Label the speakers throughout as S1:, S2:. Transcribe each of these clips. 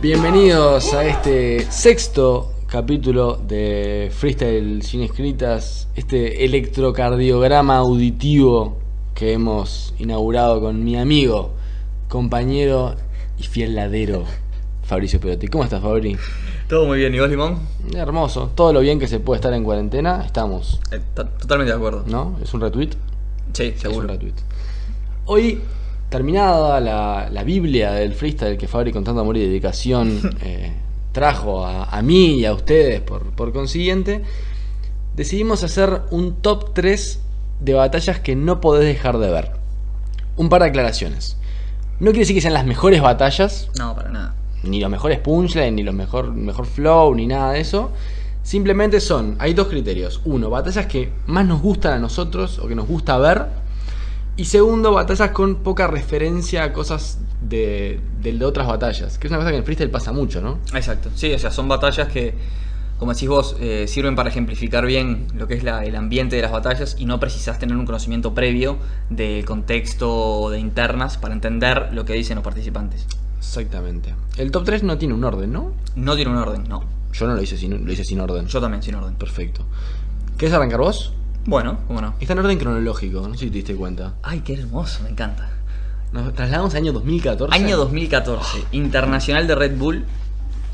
S1: Bienvenidos a este sexto capítulo de Freestyle sin escritas, este electrocardiograma auditivo que hemos inaugurado con mi amigo, compañero y fiel ladero, Fabricio Perotti. ¿Cómo estás, Fabri?
S2: Todo muy bien, ¿y vos, Limón?
S1: Hermoso, todo lo bien que se puede estar en cuarentena, estamos,
S2: Eh, to- totalmente de acuerdo.
S1: ¿no? ¿Es un retweet?
S2: Sí,
S1: Es un
S2: seguro.
S1: retweet. Hoy, terminada la, la Biblia del freestyle que Fabri con tanto amor y dedicación eh, trajo a, a mí y a ustedes por, por consiguiente, decidimos hacer un top 3 de batallas que no podés dejar de ver. Un par de aclaraciones. No quiere decir que sean las mejores batallas,
S2: No, para nada.
S1: ni los mejores punchlines, ni los mejor, mejor flow, ni nada de eso. Simplemente son, hay dos criterios. Uno, batallas que más nos gustan a nosotros o que nos gusta ver. Y segundo, batallas con poca referencia a cosas de, de, de otras batallas. Que es una cosa que en el freestyle pasa mucho, ¿no?
S2: Exacto. Sí, o sea, son batallas que, como decís vos, eh, sirven para ejemplificar bien lo que es la- el ambiente de las batallas y no precisás tener un conocimiento previo de contexto o de internas para entender lo que dicen los participantes.
S1: Exactamente. El top 3 no tiene un orden, ¿no?
S2: No tiene un orden, no.
S1: Yo no lo hice sin, lo hice sin orden.
S2: Yo también, sin orden.
S1: Perfecto. ¿Querés arrancar vos?
S2: Bueno, cómo no.
S1: Está en orden cronológico, no sé si te diste cuenta.
S2: Ay, qué hermoso, me encanta.
S1: Nos trasladamos al año 2014.
S2: Año 2014, Internacional de Red Bull,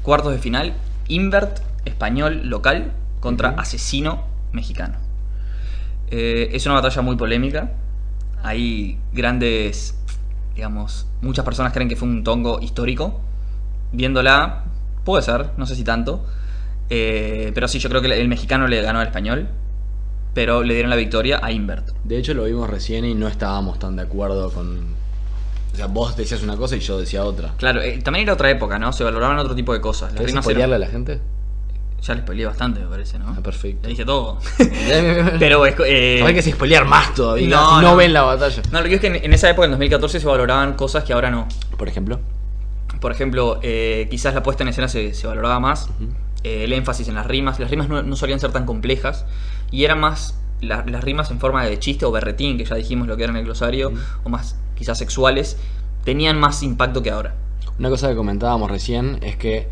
S2: cuartos de final, Invert, español, local, contra
S1: Ujú.
S2: Asesino, mexicano. Eh, es una batalla muy polémica. Hay grandes, digamos, muchas personas creen que fue un tongo histórico. Viéndola, puede ser, no sé si tanto. Eh, pero sí, yo creo que el mexicano le ganó al español, pero le dieron la victoria a Invert.
S1: De hecho, lo vimos recién y no estábamos tan de acuerdo con. O sea, vos decías una cosa y yo decía otra.
S2: Claro, eh, también era otra época, ¿no? Se valoraban otro tipo de cosas. Las
S1: ¿Querés
S2: rimas eran-
S1: spoilearle a la gente?
S2: Ya les spoileé bastante, me parece, ¿no?
S1: Ah, perfecto.
S2: Ya dije todo.
S1: Pero.
S2: Pero es. co- eh,
S1: Hay que se spoilear más todavía.
S2: No,
S1: No, no
S2: no.
S1: ven la batalla.
S2: No, lo que es que en, en esa época, en 2014, se valoraban cosas que ahora no.
S1: Por ejemplo.
S2: Por ejemplo, eh, quizás la puesta en escena se, se valoraba más.
S1: Ujú.
S2: eh, el énfasis en las rimas. Las rimas no, no solían ser tan complejas. Y eran más la- las rimas en forma de chiste o berretín, que ya dijimos lo que era en el glosario, o más quizás sexuales, tenían más impacto que ahora.
S1: Una cosa que comentábamos recién es que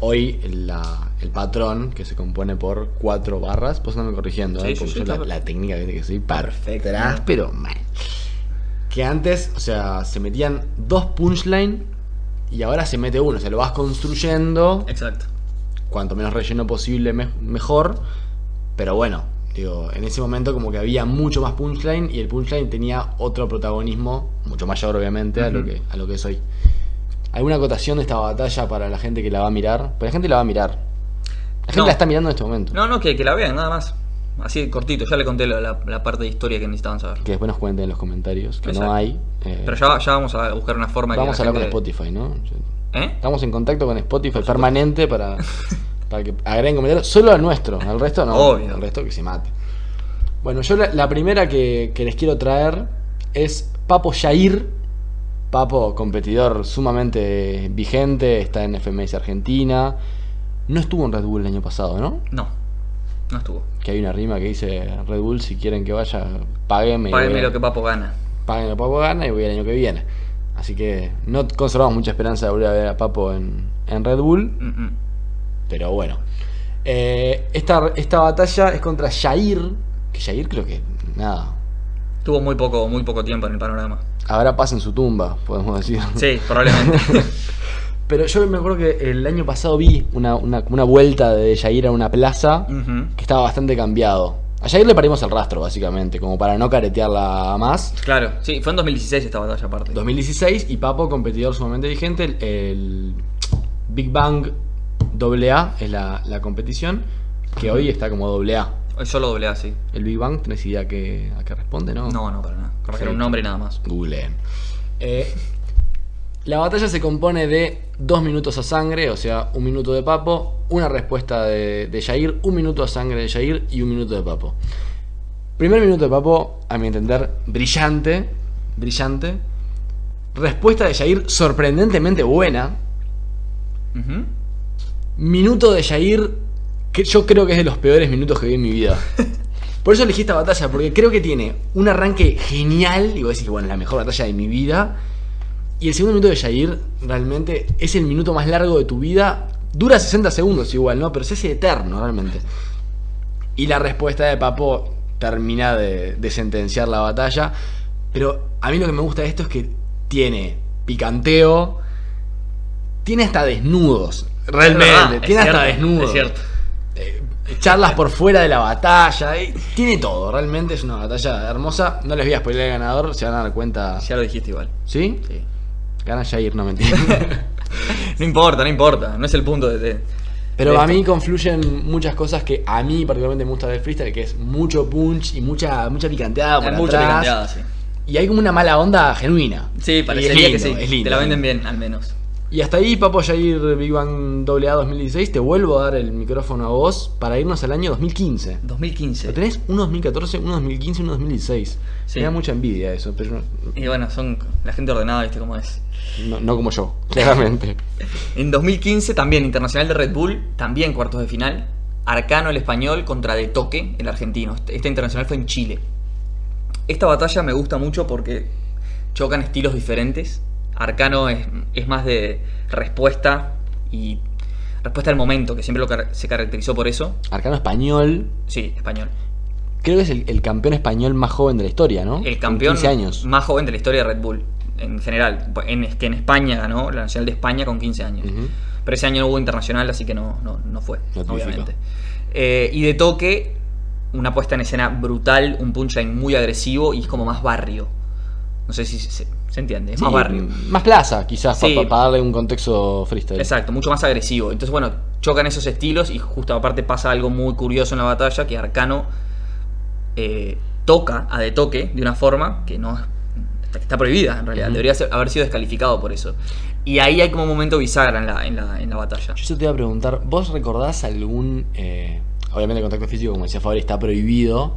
S1: hoy la- el patrón que se compone por cuatro barras, pues andame corrigiendo, ¿eh?
S2: Sí, sí,
S1: porque
S2: sí,
S1: yo la,
S2: está-
S1: la técnica viste que soy perfecta, pero mal. Que antes, o sea, se metían dos punchline y ahora se mete uno, o sea, lo vas construyendo,
S2: Exacto.
S1: cuanto menos relleno posible me- mejor, pero bueno, digo, en ese momento como que había mucho más punchline y el punchline tenía otro protagonismo, mucho mayor obviamente a, lo
S2: Ujú.
S1: que, a lo que es hoy. ¿Alguna acotación de esta batalla para la gente que la va a mirar? Pues la gente la va a mirar. La gente
S2: No.
S1: la está mirando en este momento.
S2: No, no, que, que la vean, nada más. Así de cortito, ya le conté la, la- la parte de historia que necesitaban saber.
S1: Que después nos cuenten en los comentarios, que
S2: Exacto.
S1: no hay. eh,
S2: Pero ya, ya vamos a buscar una forma de
S1: vamos a
S2: que la
S1: hablar con
S2: gente-
S1: Spotify, ¿no?
S2: ¿Eh?
S1: Estamos en contacto con Spotify permanente para, para que agreguen comentarios. Solo al nuestro, al resto no.
S2: Obvio.
S1: Al resto que se mate. Bueno, yo la, la primera que, que les quiero traer es Papo Yair. Papo, competidor sumamente vigente, está en FMS Argentina. No estuvo en Red Bull el año pasado, ¿no?
S2: No, no estuvo.
S1: Que hay una rima que dice Red Bull, si quieren que vaya, págueme. y voy
S2: Páguenme
S1: a-
S2: lo que Papo gana.
S1: paguen lo Papo gana y voy el año que viene. Así que no conservamos mucha esperanza de volver a ver a Papo en, en Red Bull,
S2: Mm, mm.
S1: pero bueno. Eh, esta, esta batalla es contra Jair, que Jair creo que nada,
S2: Tuvo muy poco, muy poco tiempo en el panorama.
S1: habrá paz en su tumba, podemos decir.
S2: Sí, probablemente.
S1: Pero yo me acuerdo que el año pasado vi una, una, como una vuelta de Jair a una plaza
S2: Ujú.
S1: que estaba bastante cambiado. A Jair le parimos el rastro, básicamente, como para no caretearla más.
S2: Claro, sí, fue en 2016 esta batalla aparte.
S1: 2016 y Papo, competidor sumamente vigente. El, el Big Bang AA es la, la competición, que hoy está como AA.
S2: Hoy solo doble A, sí.
S1: El Big Bang, ¿tenés idea que, a qué responde, no?
S2: No, no, para nada. Capaz que
S1: Perfecto.
S2: era un nombre y nada más.
S1: Googleen. Eh, la batalla se compone de dos minutos a sangre, o sea, un minuto de Papo, una respuesta de, de Jair, un minuto a sangre de Jair y un minuto de Papo. Primer minuto de Papo, a mi entender, brillante, brillante. Respuesta de Jair sorprendentemente buena.
S2: Ujú.
S1: Minuto de Jair, que yo creo que es de los peores minutos que vi en mi vida. Por eso elegí esta batalla, porque creo que tiene un arranque genial, y voy a decir, bueno, la mejor batalla de mi vida. Y el segundo minuto de Jair realmente es el minuto más largo de tu vida. Dura 60 segundos igual, ¿no? Pero se hace eterno realmente. Y la respuesta de Papo termina de, de sentenciar la batalla. Pero a mí lo que me gusta de esto es que tiene picanteo, tiene hasta desnudos. Realmente,
S2: verdad, es
S1: tiene hasta
S2: cierto,
S1: desnudos.
S2: es cierto.
S1: Eh, charlas por fuera de la batalla. eh, tiene todo, realmente es una batalla hermosa. No les voy a spoiler al ganador, se van a dar cuenta.
S2: Ya lo dijiste igual.
S1: ¿Sí?
S2: Sí.
S1: Gana Jair, no mentira.
S2: No importa, no importa. No es el punto de. de-
S1: Pero
S2: de
S1: a
S2: esto.
S1: mí confluyen muchas cosas que a mí particularmente me gusta del freestyle, que es mucho punch y mucha, mucha picanteada por
S2: Hay mucha
S1: atrás.
S2: picanteada, sí.
S1: Y hay como una mala onda genuina. Y
S2: Sí,
S1: es
S2: parecería que
S1: lindo,
S2: sí.
S1: es lindo.
S2: Te la venden bien, al menos.
S1: Y hasta ahí, Papo Jair Big Bang AA 2016, te vuelvo a dar el micrófono a vos para irnos al año 2015.
S2: 2015.
S1: Lo tenés uno 2014, uno 2015, uno 2016.
S2: Sí.
S1: Me da mucha envidia eso, pero no-
S2: Y bueno, son la gente ordenada, viste cómo es.
S1: no, no como yo, claramente.
S2: En 2015 también Internacional de Red Bull, también cuartos de final. Arcano el español contra De Toque el argentino. Este- Este internacional fue en Chile. Esta batalla me gusta mucho porque chocan estilos diferentes. Arcano es, es más de respuesta y respuesta al momento, que siempre lo car- se caracterizó por eso.
S1: Arcano español,
S2: Sí, español.
S1: creo que es el, el campeón español más joven de la historia, ¿no?
S2: El
S1: Con
S2: campeón
S1: 15 años.
S2: más joven de la historia de Red Bull, en general. En, es que en España ganó la Nacional de España con 15 años.
S1: Ujú.
S2: Pero ese año no hubo internacional, así que no, no, no fue,
S1: Notifica.
S2: obviamente. Eh, y de toque, una puesta en escena brutal, un punchline muy agresivo y es como más barrio. No sé si se, se entiende, es
S1: Sí, mm,
S2: más barrio.
S1: Más plaza, quizás,
S2: Sí.
S1: para darle un contexto freestyle.
S2: Exacto, mucho más agresivo. Entonces, bueno, chocan esos estilos y justo aparte pasa algo muy curioso en la batalla, que Arcano eh, toca a de toque de una forma que no es- que está prohibida en realidad.
S1: Ujú.
S2: Debería ser- haber sido descalificado por eso. Y ahí hay como un momento bisagra en la, en la, en la batalla.
S1: Yo eso te iba a preguntar, ¿vos recordás algún... eh, obviamente el contacto físico, como decía Fabri, está prohibido,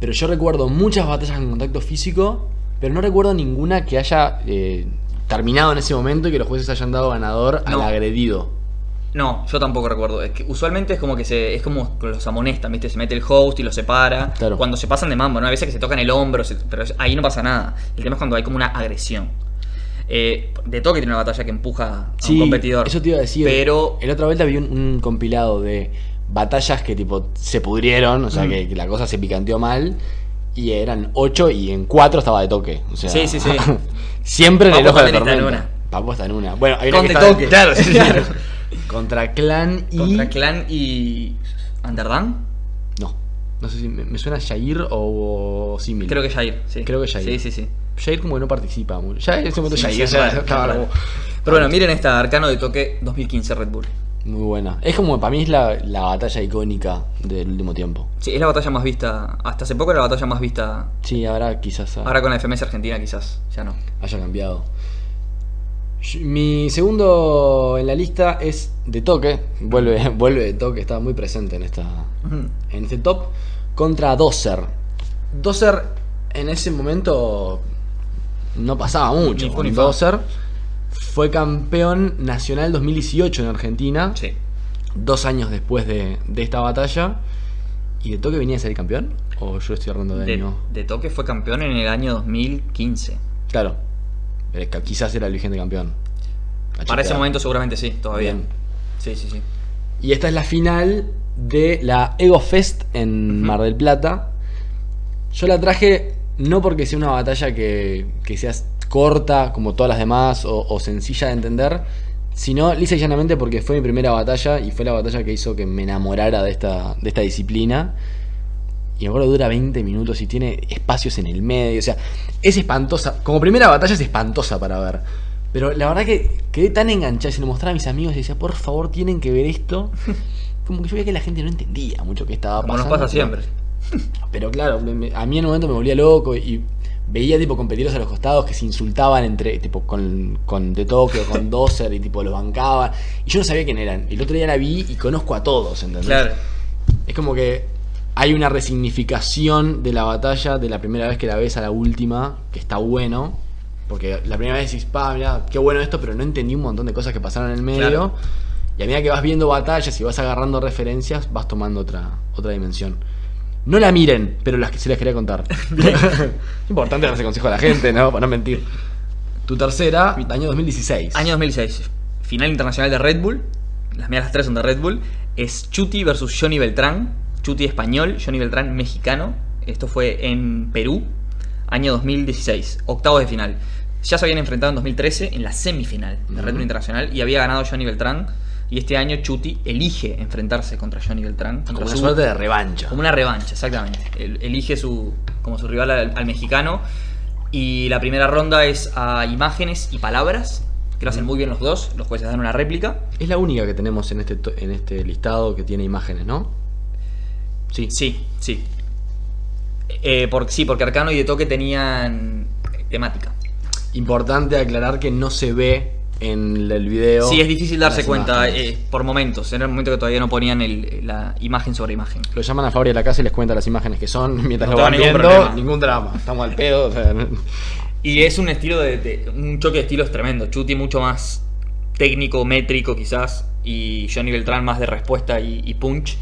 S1: pero yo recuerdo muchas batallas con contacto físico, pero no recuerdo ninguna que haya eh, terminado en ese momento y que los jueces hayan dado ganador al
S2: No.
S1: agredido.
S2: No, yo tampoco recuerdo. Es que usualmente es como que se, es como que los amonestan, ¿viste? Se mete el host y los separa.
S1: Claro.
S2: Cuando se pasan de mambo, ¿no? Hay veces que se tocan el hombro, se- pero ahí no pasa nada. El tema es cuando hay como una agresión. Eh, de toque tiene una batalla que empuja a un competidor.
S1: Eso te iba a decir.
S2: Pero
S1: En la otra vuelta vi un, un compilado de batallas que tipo se pudrieron, o sea
S2: Mm.
S1: que, que la cosa se picanteó mal. Y eran ocho y en cuatro estaba de toque. O sea,
S2: Sí, sí, sí.
S1: siempre en el
S2: Papo
S1: ojo de
S2: también está en
S1: tormenta. Papo está en una. Bueno, hay una
S2: Con
S1: que
S2: de
S1: está-
S2: toque.
S1: Claro, sí, claro. Contra Clan y.
S2: contra Clan y. ¿Underdan?
S1: No. No sé si me, me suena Jair o, o Simil.
S2: Creo que Jair, sí.
S1: Creo que Jair.
S2: Sí, sí, sí.
S1: Jair como que no participa mucho. Ya en ese momento
S2: Sí,
S1: Jair
S2: sí,
S1: o sea,
S2: raro,
S1: estaba
S2: raro.
S1: como-
S2: Pero bueno, miren esta Arcano de toque 2015 Red Bull.
S1: Muy buena. Es como para mí es la, la batalla icónica del último tiempo.
S2: Sí, es la batalla más vista. Hasta hace poco era la batalla más vista.
S1: Sí, ahora quizás. ah,
S2: Ahora con la FMS Argentina, quizás. Ya no.
S1: haya cambiado. Yo- Mi segundo en la lista es de toque. Vuelve, vuelve de toque, está muy presente en, esta,
S2: Ujú.
S1: en este top. Contra Dozer. Dozer en ese momento no pasaba mucho.
S2: Ni fu
S1: con
S2: ni fa.
S1: Dozer fue campeón nacional 2018 en Argentina.
S2: Sí.
S1: Dos años después de, de esta batalla. ¿Y de toque venía a ser campeón? ¿O yo estoy hablando de
S2: De,
S1: año?
S2: de toque fue campeón en el año 2015.
S1: Claro. Pero es que quizás era el vigente campeón. A
S2: Para ese
S1: chequear.
S2: momento seguramente sí, todavía.
S1: Ah, Bien.
S2: Sí, sí, sí.
S1: Y esta es la final de la Ego Fest en
S2: Ujú.
S1: Mar del Plata. Yo la traje no porque sea una batalla que, que sea corta como todas las demás o, o sencilla de entender, sino lisa y llanamente porque fue mi primera batalla y fue la batalla que hizo que me enamorara de esta, de esta disciplina. Y ahora dura 20 minutos y tiene espacios en el medio. O sea, es espantosa. Como primera batalla es espantosa para ver. Pero la verdad que quedé tan enganchado. Se lo mostraba a mis amigos y decía, por favor, tienen que ver esto. Como que yo veía que la gente no entendía mucho qué estaba
S2: Como nos
S1: pasando.
S2: pasa
S1: pero-
S2: siempre.
S1: Pero claro, me- me- a mí en un momento me volvía loco y veía tipo competidores a los costados que se insultaban entre, tipo, con, con De Toque o con Dozer y tipo los bancaban. Y yo no sabía quién eran. El otro día la vi y conozco a todos, ¿entendés?
S2: Claro.
S1: Es como que hay una resignificación de la batalla de la primera vez que la ves a la última, que está bueno. Porque la primera vez decís, pa, mirá, qué bueno esto, pero no entendí un montón de cosas que pasaron en el medio.
S2: Claro.
S1: Y a medida que vas viendo batallas y vas agarrando referencias, vas tomando otra, otra dimensión. No la miren, pero las que se las quería contar. Importante darse consejo a la gente, ¿no? Para no mentir. Tu tercera, año 2016.
S2: Año 2006, final internacional de Red Bull. Las mías las tres son de Red Bull. Es Chuti versus Johnny Beltrán. Chuti español, Johnny Beltrán mexicano. Esto fue en Perú, año 2016, octavos de final. Ya se habían enfrentado en 2013 en la semifinal de Red
S1: Ujú.
S2: Bull Internacional y había ganado Johnny Beltrán. Y este año Chuti elige enfrentarse contra Johnny Beltrán.
S1: Como
S2: contra
S1: una
S2: su-
S1: suerte de revancha.
S2: como una revancha, exactamente. El- elige su, como su rival al, al mexicano. Y la primera ronda es a imágenes y palabras, que lo hacen muy bien los dos. Los jueces dan una réplica.
S1: Es la única que tenemos en este, to- en este listado que tiene imágenes, ¿no? Sí.
S2: Sí, sí. Eh, por- sí, porque Arcano y De Toque tenían eh, temática.
S1: Importante aclarar que no se ve en el video.
S2: Sí, es difícil darse
S1: las
S2: cuenta
S1: imágenes.
S2: eh, por momentos. Era el momento que todavía no ponían el- la imagen sobre imagen.
S1: Lo llaman a Fabri de la casa y les cuenta las imágenes que son mientras
S2: No
S1: lo
S2: tengo
S1: van
S2: ningún
S1: viendo.
S2: problema.
S1: Ningún drama. Estamos al pedo. o sea, no-
S2: Y es un estilo de, de- un choque de estilos tremendo. Chuti mucho más técnico, métrico quizás, y Johnny Beltrán más de respuesta y, y punch.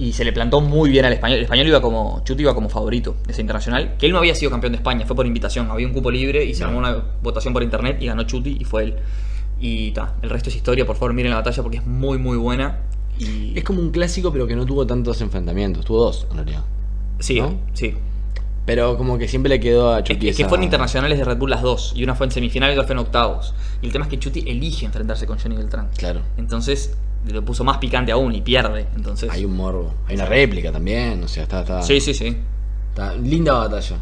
S2: Y se le plantó muy bien al español. El español iba como Chuti iba como favorito de ese internacional, que él no había sido campeón de España, fue por invitación, había un cupo libre y se
S1: No.
S2: armó una votación por internet y ganó Chuti y fue él. Y ta, el resto es historia, por favor miren la batalla porque es muy muy buena. Y...
S1: es como un clásico, pero que no tuvo tantos enfrentamientos. Tuvo dos, en realidad.
S2: sí,
S1: ¿no?
S2: sí.
S1: Pero como que siempre le quedó a
S2: Es
S1: Chucky.
S2: que, que
S1: esa-
S2: fueron internacionales de Red Bull las dos. Y una fue en semifinales y otra fue en octavos. Y el tema es que Chuti elige enfrentarse con Johnny Beltrán.
S1: Claro.
S2: Entonces lo puso más picante aún y pierde. Entonces.
S1: Hay un morbo. Hay una réplica también. O sea, está. está
S2: Sí, sí, sí.
S1: Está- linda batalla.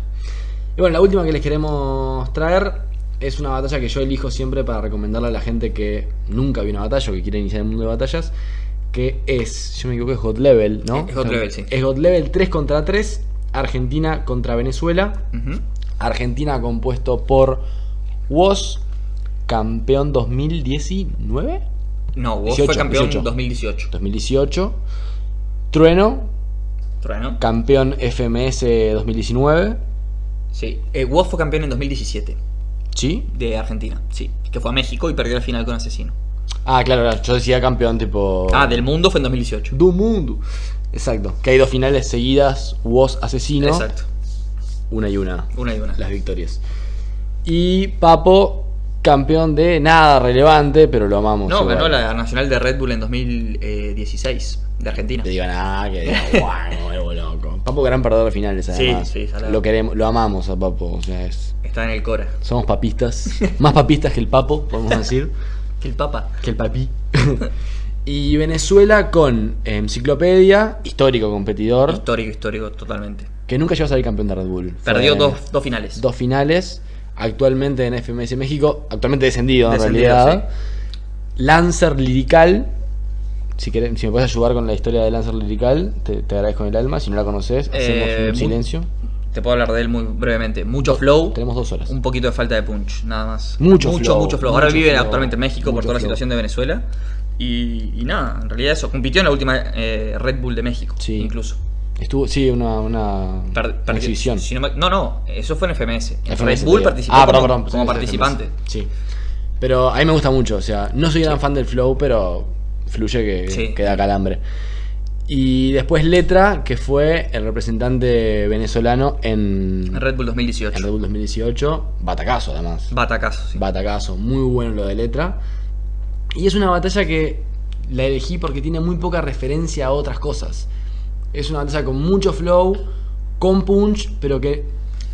S1: Y bueno, la última que les queremos traer es una batalla que yo elijo siempre para recomendarle a la gente que nunca vio una batalla o que quiere iniciar el mundo de batallas. Que es, yo me equivoco, es God Level, ¿no?
S2: Es- es God Level, sí.
S1: Es God Level 3 contra 3, Argentina contra Venezuela.
S2: Ujú.
S1: Argentina compuesto por Woz, campeón 2019,
S2: No, vos
S1: 18,
S2: fue campeón
S1: 18.
S2: 2018.
S1: 2018. Trueno,
S2: Trueno.
S1: campeón FMS 2019.
S2: Sí. Eh, vos fue campeón en 2017
S1: ¿Sí?
S2: de Argentina. Sí. Que fue a México y perdió la final con Asesino.
S1: Ah, claro, claro, yo decía campeón tipo...
S2: Ah, del mundo fue en 2018.
S1: Do Mundo. Exacto. Que hay dos finales seguidas, vos asesino,
S2: Exacto.
S1: una y una,
S2: Una y una.
S1: las victorias. Y Papo, campeón de nada relevante, pero lo amamos.
S2: No,
S1: igual.
S2: ganó la nacional de Red Bull en 2016 de Argentina.
S1: Te digo nada, que diga, guau, me vuelvo loco. Papo gran perdedor de finales,
S2: Sí,
S1: además.
S2: sí, salado.
S1: lo queremos, lo amamos a Papo. O sea, es-
S2: Está en el Cora.
S1: somos papistas. más papistas que el Papo, podemos decir.
S2: Que el Papa.
S1: Que el papi. y Venezuela con em, Enciclopedia, histórico competidor,
S2: Histórico, histórico, totalmente.
S1: que nunca llegó a salir campeón de Red Bull.
S2: Perdió
S1: Fue
S2: dos, dos finales.
S1: dos finales, actualmente en FMS México, actualmente descendido,
S2: Descendido,
S1: en realidad. Lancer Lirical. Si, querés- si me puedes ayudar con la historia de Lancer Lirical, te, te agradezco en el alma. Si no la conoces, hacemos
S2: Eh,
S1: un
S2: mu-
S1: silencio.
S2: Te puedo hablar de él muy brevemente. Mucho flow,
S1: Tenemos dos horas.
S2: un poquito de falta de punch, nada más.
S1: Mucho
S2: mucho
S1: flow,
S2: mucho flow. Ahora
S1: mucho
S2: vive
S1: flow,
S2: actualmente en México por
S1: mucho
S2: toda la
S1: flow.
S2: situación de Venezuela. Y, y nada, en realidad eso. Compitió en la última eh, Red Bull de México,
S1: Sí.
S2: incluso.
S1: Estuvo, sí, una, una,
S2: Per-
S1: una
S2: perdió-
S1: exhibición.
S2: si no, me- no, no, eso fue en FMS. En
S1: FMS,
S2: Red Bull
S1: te digo.
S2: participó
S1: Ah,
S2: como,
S1: perdón, perdón,
S2: como
S1: sí,
S2: participante.
S1: FMS. Sí. Pero a mí me gusta mucho, o sea, no soy gran fan del flow, pero fluye que,
S2: Sí.
S1: que da calambre. Y después Letra, que fue el representante venezolano en,
S2: En Red Bull 2018.
S1: en Red Bull 2018. Batacazo, además.
S2: Batacazo, sí.
S1: Batacazo, muy bueno lo de Letra. Y es una batalla que la elegí porque tiene muy poca referencia a otras cosas. Es una batalla con mucho flow, con punch, pero que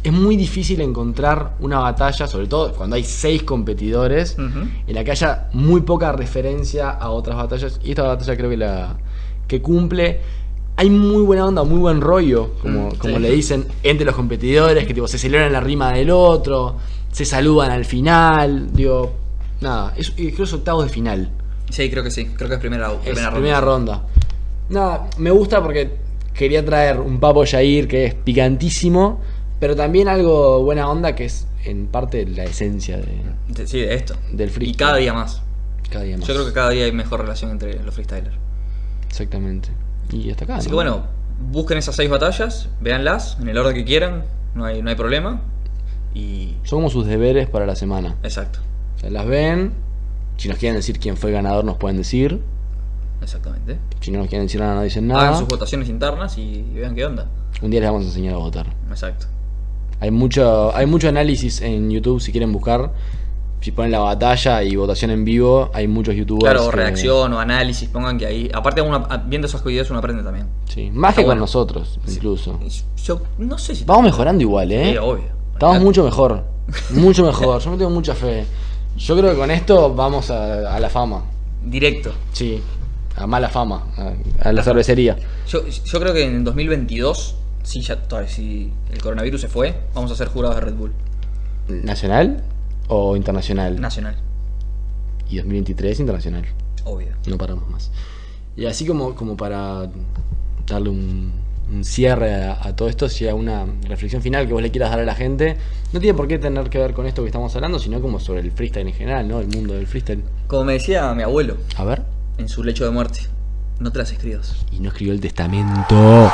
S1: es muy difícil encontrar una batalla, sobre todo cuando hay seis competidores,
S2: Ujú.
S1: en la que haya muy poca referencia a otras batallas. Y esta batalla creo que la que cumple. Hay muy buena onda, muy buen rollo, como,
S2: Mm,
S1: como
S2: sí.
S1: le dicen, entre los competidores, que tipo se celebran la rima del otro, se saludan al final, digo, nada, es, y creo que es octavos de final,
S2: Sí, creo que sí. Creo que es primera,
S1: es
S2: primera ronda.
S1: primera ronda. Nada, me gusta porque quería traer un papo Yair que es picantísimo, pero también algo buena onda que es en parte la esencia de
S2: De- Sí, de esto.
S1: Del
S2: Y
S1: freestyle.
S2: cada día más.
S1: cada día más.
S2: Yo creo que cada día hay mejor relación entre los freestylers.
S1: Exactamente. Y hasta acá.
S2: Así
S1: ¿no?
S2: que bueno, busquen esas seis batallas, véanlas en el orden que quieran, no hay, no hay problema. Y.
S1: Son como sus deberes para la semana.
S2: Exacto,
S1: Se las ven. Si nos quieren decir quién fue el ganador, nos pueden decir.
S2: exactamente.
S1: Si no nos quieren decir nada, no dicen
S2: Hagan
S1: nada.
S2: sus votaciones internas y, y vean qué onda.
S1: Un día les vamos a enseñar a votar.
S2: Exacto.
S1: Hay mucho, hay mucho análisis en YouTube si quieren buscar si ponen la batalla y votación en vivo, hay muchos youtubers.
S2: Claro, o
S1: que-
S2: reacción o análisis, pongan que ahí. Aparte, uno, viendo esos videos uno aprende también.
S1: Sí, más
S2: Está
S1: que con
S2: bueno.
S1: nosotros,
S2: Sí.
S1: incluso.
S2: Yo no sé si.
S1: Vamos mejorando igual, ¿eh?
S2: Sí, obvio.
S1: Estamos
S2: Olvidate.
S1: mucho mejor. Mucho mejor. Yo me tengo mucha fe. Yo creo que con esto vamos a, a la fama.
S2: Directo.
S1: Sí, a mala fama. A, a la cervecería.
S2: Yo, yo creo que en 2022, si, ya, todavía- si el coronavirus se fue, vamos a ser jurados de Red Bull.
S1: ¿Nacional o internacional?
S2: Nacional,
S1: Y 2023 internacional.
S2: obvio.
S1: No paramos más. Y así como, como para darle un, un cierre a, a todo esto, si hay una reflexión final que vos le quieras dar a la gente, no tiene por qué tener que ver con esto que estamos hablando, sino como sobre el freestyle en general, ¿no? El mundo del freestyle.
S2: Como me decía mi abuelo
S1: A ver.
S2: en su lecho de muerte, no te las escribas.
S1: Y no escribió el testamento.